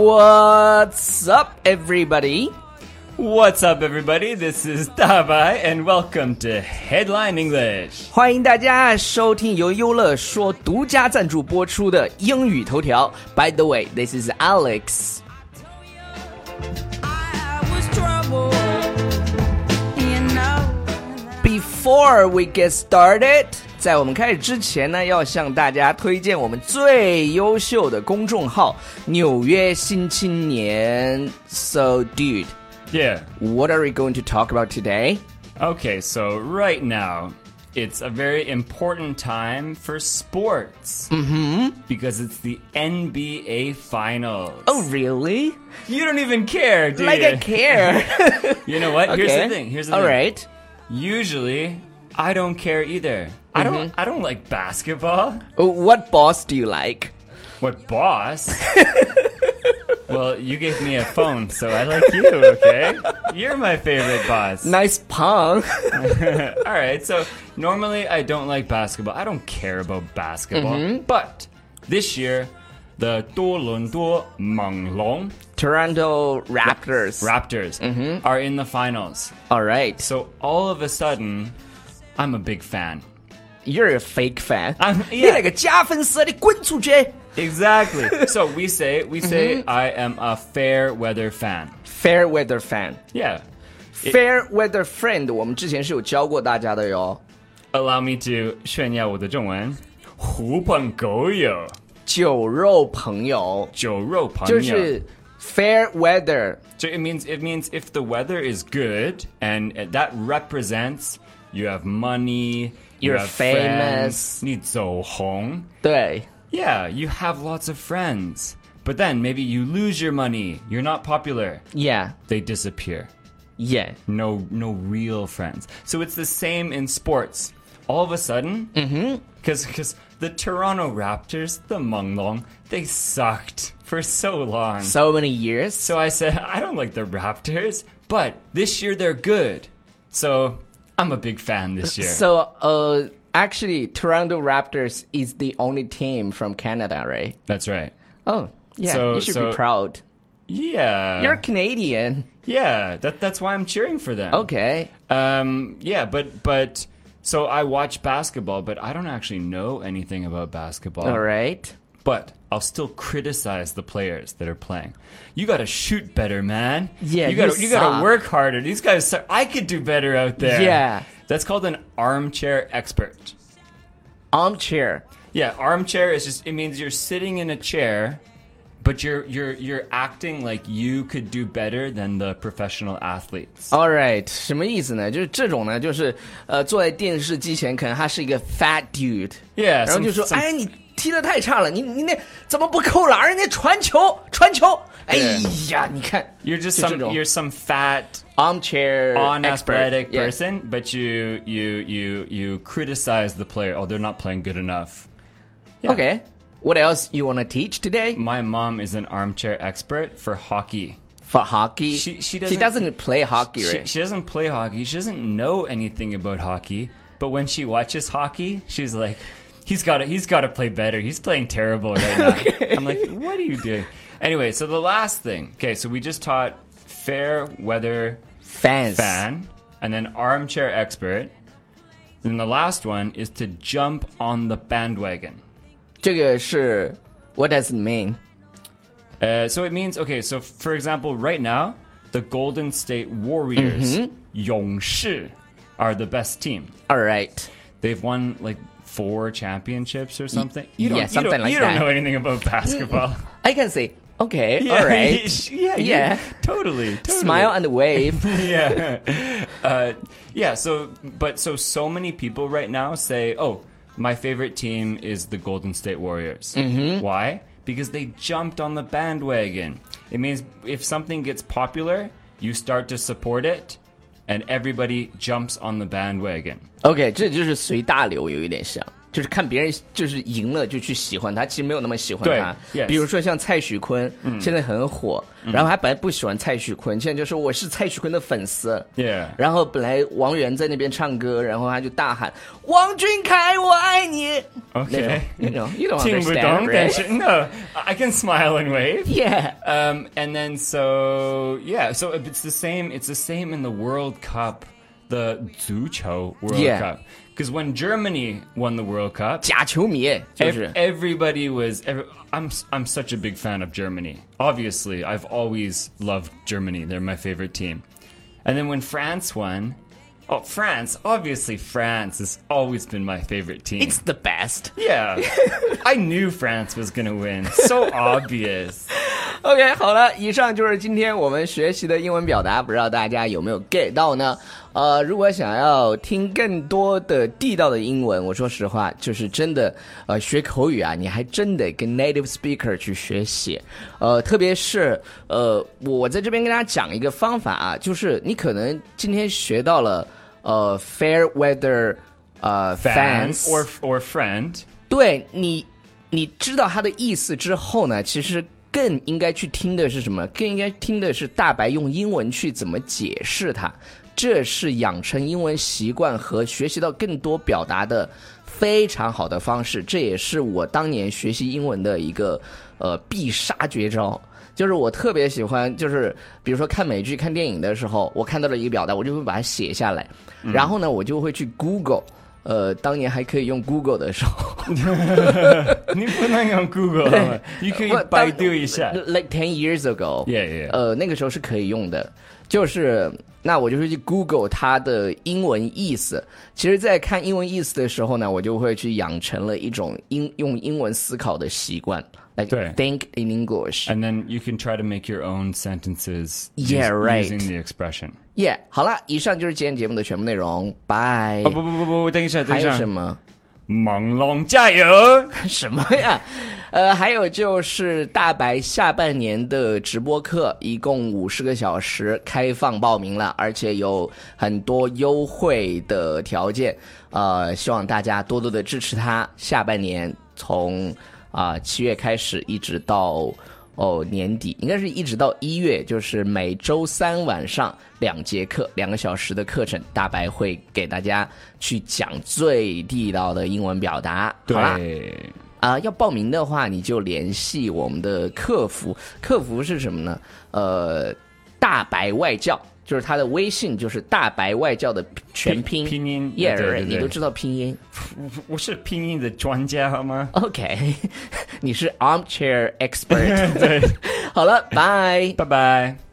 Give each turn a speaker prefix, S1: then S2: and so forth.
S1: What's up, everybody?
S2: What's up, everybody? This is Dabai, and welcome to Headline English.
S1: 欢迎大家收听由优乐说独家赞助播出的英语头条。By the way, this is Alex.
S3: I was trouble, you know.
S1: Before we get started，在我们开始之前呢，要向大家推荐我们最优秀的公众号《纽约新青年》。So, dude,
S2: Yeah.
S1: what are we going to talk about today?
S2: Okay, so right now, it's a very important time for sports. Mm-hmm. Because it's the NBA Finals.
S1: Oh, really?
S2: you don't even care, do
S1: Like
S2: you?
S1: I care.
S2: You know what? Here's
S1: Okay.
S2: the thing. Here's the
S1: All
S2: thing.
S1: right.
S2: Usually, I don't care either. I don't.
S1: Mm-hmm.
S2: I don't like basketball.
S1: Oh, What boss do you like?
S2: What boss? well, you gave me a phone, so I like you. Okay, you're my favorite boss.
S1: Nice pong.
S2: All right. So normally I don't like basketball. I don't care about basketball. But this year, the 多伦多猛龙
S1: Toronto Raptors.
S2: Raptors are in the finals.
S1: All right.
S2: So all of a sudden, I'm a big fan.
S1: You're a fake fan.
S2: I'm-
S1: 你
S2: yeah.
S1: 那个假粉丝，你滚出去
S2: Exactly. so we say we say I am a fair weather fan.
S1: ！Fair weather fan,
S2: Yeah. It-
S1: fair weather friend，我们之前是有教过大家的哟。
S2: Allow me to 炫耀我的中文。狐朋狗友，酒肉朋友，
S1: 酒肉朋友就是 fair weather，
S2: So it means it means if the weather is good and uh, that represents you have money, you
S1: You're
S2: have
S1: famous.
S2: friends, 你走红.
S1: 对
S2: Yeah, you have lots of friends. But then maybe you lose your money, you're not popular,
S1: ，yeah
S2: they disappear.
S1: yeah，
S2: no no real friends. So it's the same in sports. All of a sudden,
S1: Mm-hmm.
S2: because because the Toronto Raptors, the Menglong, they sucked for so long. So,
S1: so many years，
S2: I said I don't like the Raptors, but this year they're good. So I'm a big fan this year.
S1: so uh actually Toronto Raptors is the only team from Canada, right?
S2: That's right.
S1: Oh yeah,
S2: So-
S1: you should be
S2: so-
S1: proud.
S2: Yeah,
S1: You're Canadian,
S2: yeah. That that's why I'm cheering for them.
S1: okay?
S2: Um, yeah, but but so I watch basketball, but I don't actually know anything about basketball.
S1: All right.
S2: but I'll still criticize the players that are playing. You gotta shoot better, man.
S1: Yeah,
S2: you gotta
S1: you
S2: you, gotta
S1: suck.
S2: work harder. These guys, suck. I could do better out there.
S1: Yeah.
S2: that's called an armchair expert.
S1: Armchair.
S2: Yeah, armchair is just it means you're sitting in a chair, but you're you're you're acting like you could do better than the professional athletes.
S1: All right，什么意思呢？就是这种呢，就是呃，坐在电视机前，可能他是一个 fat dude，
S2: Yeah，
S1: 然后就说
S2: some- some-
S1: 哎，你踢的太差了，你你那怎么不扣篮？人家传球，传球，哎呀，你看
S2: You're just
S1: 就这
S2: some
S1: 种
S2: you're some fat
S1: armchair
S2: unathletic
S1: expert，yeah
S2: person, but you you you you criticize the player. Oh, they're not playing good enough. Yeah.
S1: Okay, what else you wanna teach today
S2: My mom is an armchair expert for hockey.
S1: for hockey?
S2: She- she
S1: she
S2: doesn't-
S1: doesn't play hockey,
S2: She,
S1: right?
S2: she doesn't play hockey. She doesn't know anything about hockey. But when she watches hockey, she's like, "He's got to he's got to play better. He's playing terrible right now." I'm like, "What are you doing?" Anyway, so the last thing. Okay, so we just taught fair weather
S1: Fans.
S2: fan and then armchair expert. Then the last one is to jump on the bandwagon.
S1: 这个是 What does it mean?
S2: Uh, so it means okay. So for example, right now the Golden State Warriors, Yongshi, are the best team.
S1: All right.
S2: They've won like four championships or something. You
S1: yeah, something
S2: you don't,
S1: like
S2: you don't
S1: that.
S2: know anything about basketball.
S1: I can say, okay,
S2: Yeah,
S1: all right.
S2: yeah, you-
S1: Yeah.
S2: totally, totally.
S1: Smile and wave.
S2: yeah, uh, yeah. So, but so so many people right now say, "Oh, my favorite team is the Golden State Warriors." Mm-hmm. Why? Because they jumped on the bandwagon. It means if something gets popular, you start to support it, and everybody jumps on the bandwagon.
S1: OK，这就是随大流，有一点像，就是看别人就是赢了就去喜欢他，其实没有那么喜欢他。
S2: 对，yes 嗯
S1: 比如说像蔡徐坤，现在很火，然后他本来不喜欢蔡徐坤，现在就说我是蔡徐坤的粉丝。
S2: Yeah.
S1: 然后本来王源在那边唱歌，然后他就大喊王俊凯我爱你。
S2: Okay.
S1: 那 种，you don't
S2: Ting
S1: understand,
S2: Budong,
S1: right?
S2: tension. No, I can smile and wave.
S1: Yeah.
S2: Um, and then so yeah, so it's the same. It's the same in the World Cup, the Zucho World
S1: Yeah.
S2: Cup. Because when Germany won the World Cup,
S1: 假球迷哎就
S2: ev-
S1: 是。
S2: everybody was. Every, I'm s- I'm such a big fan of Germany. Obviously, I've always loved Germany. They're my favorite team. And then when France won, oh France! Obviously, France has always been my favorite team.
S1: It's the best.
S2: Yeah. I knew France was going to win. So obvious.
S1: OK，好了，以上就是今天我们学习的英文表达，不知道大家有没有 get 到呢？呃，如果想要听更多的地道的英文，我说实话，就是真的，呃，学口语啊，你还真得跟 native speaker 去学习。呃，特别是呃，我在这边跟大家讲一个方法啊，就是你可能今天学到了呃 fair weather 呃
S2: Fan
S1: fans
S2: or or friend.
S1: 对你，你知道它的意思之后呢，其实更应该去听的是什么？更应该听的是大白用英文去怎么解释它。这是养成英文习惯和学习到更多表达的非常好的方式。这也是我当年学习英文的一个呃必杀绝招。就是我特别喜欢，就是比如说看美剧、看电影的时候，我看到了一个表达，我就会把它写下来，然后呢，我就会去 Google。呃，当年还可以用 Google 的时候，
S2: 你不能用 Google
S1: 不当
S2: 了，你可以百度一下。
S1: Like ten years ago，
S2: Yeah, yeah.
S1: 呃，那个时候是可以用的。就是那我就会去 Google 它的英文意思。其实，在看英文意思的时候呢，我就会去养成了一种英用英文思考的习惯，like
S2: 对
S1: think in English。
S2: And then you can try to make your own sentences
S1: Yeah,
S2: us-
S1: right.
S2: using the expression.
S1: Yeah，好了，以上就是今天节目的全部内容，拜。还有什么？
S2: 不不不不，等一下，等一下，猛龙加油！
S1: 什么呀？呃，还有就是大白下半年的直播课，一共五十个小时，开放报名了，而且有很多优惠的条件。呃，希望大家多多的支持他。下半年从啊七、月开始，一直到哦年底，应该是一直到一月，就是每周三晚上两节课，两个小时的课程，大白会给大家去讲最地道的英文表达。好啦。
S2: 对。
S1: 啊、要报名的话，你就联系我们的客服。客服是什么呢？呃，大白外教，就是他的微信，就是大白外教的全拼
S2: 拼拼音
S1: 耶，
S2: 对
S1: yeah,
S2: 对
S1: right，
S2: 对
S1: 你都知道拼音。
S2: 我是拼音的专家好吗？
S1: OK，你是 armchair expert。好了，拜。
S2: Bye bye.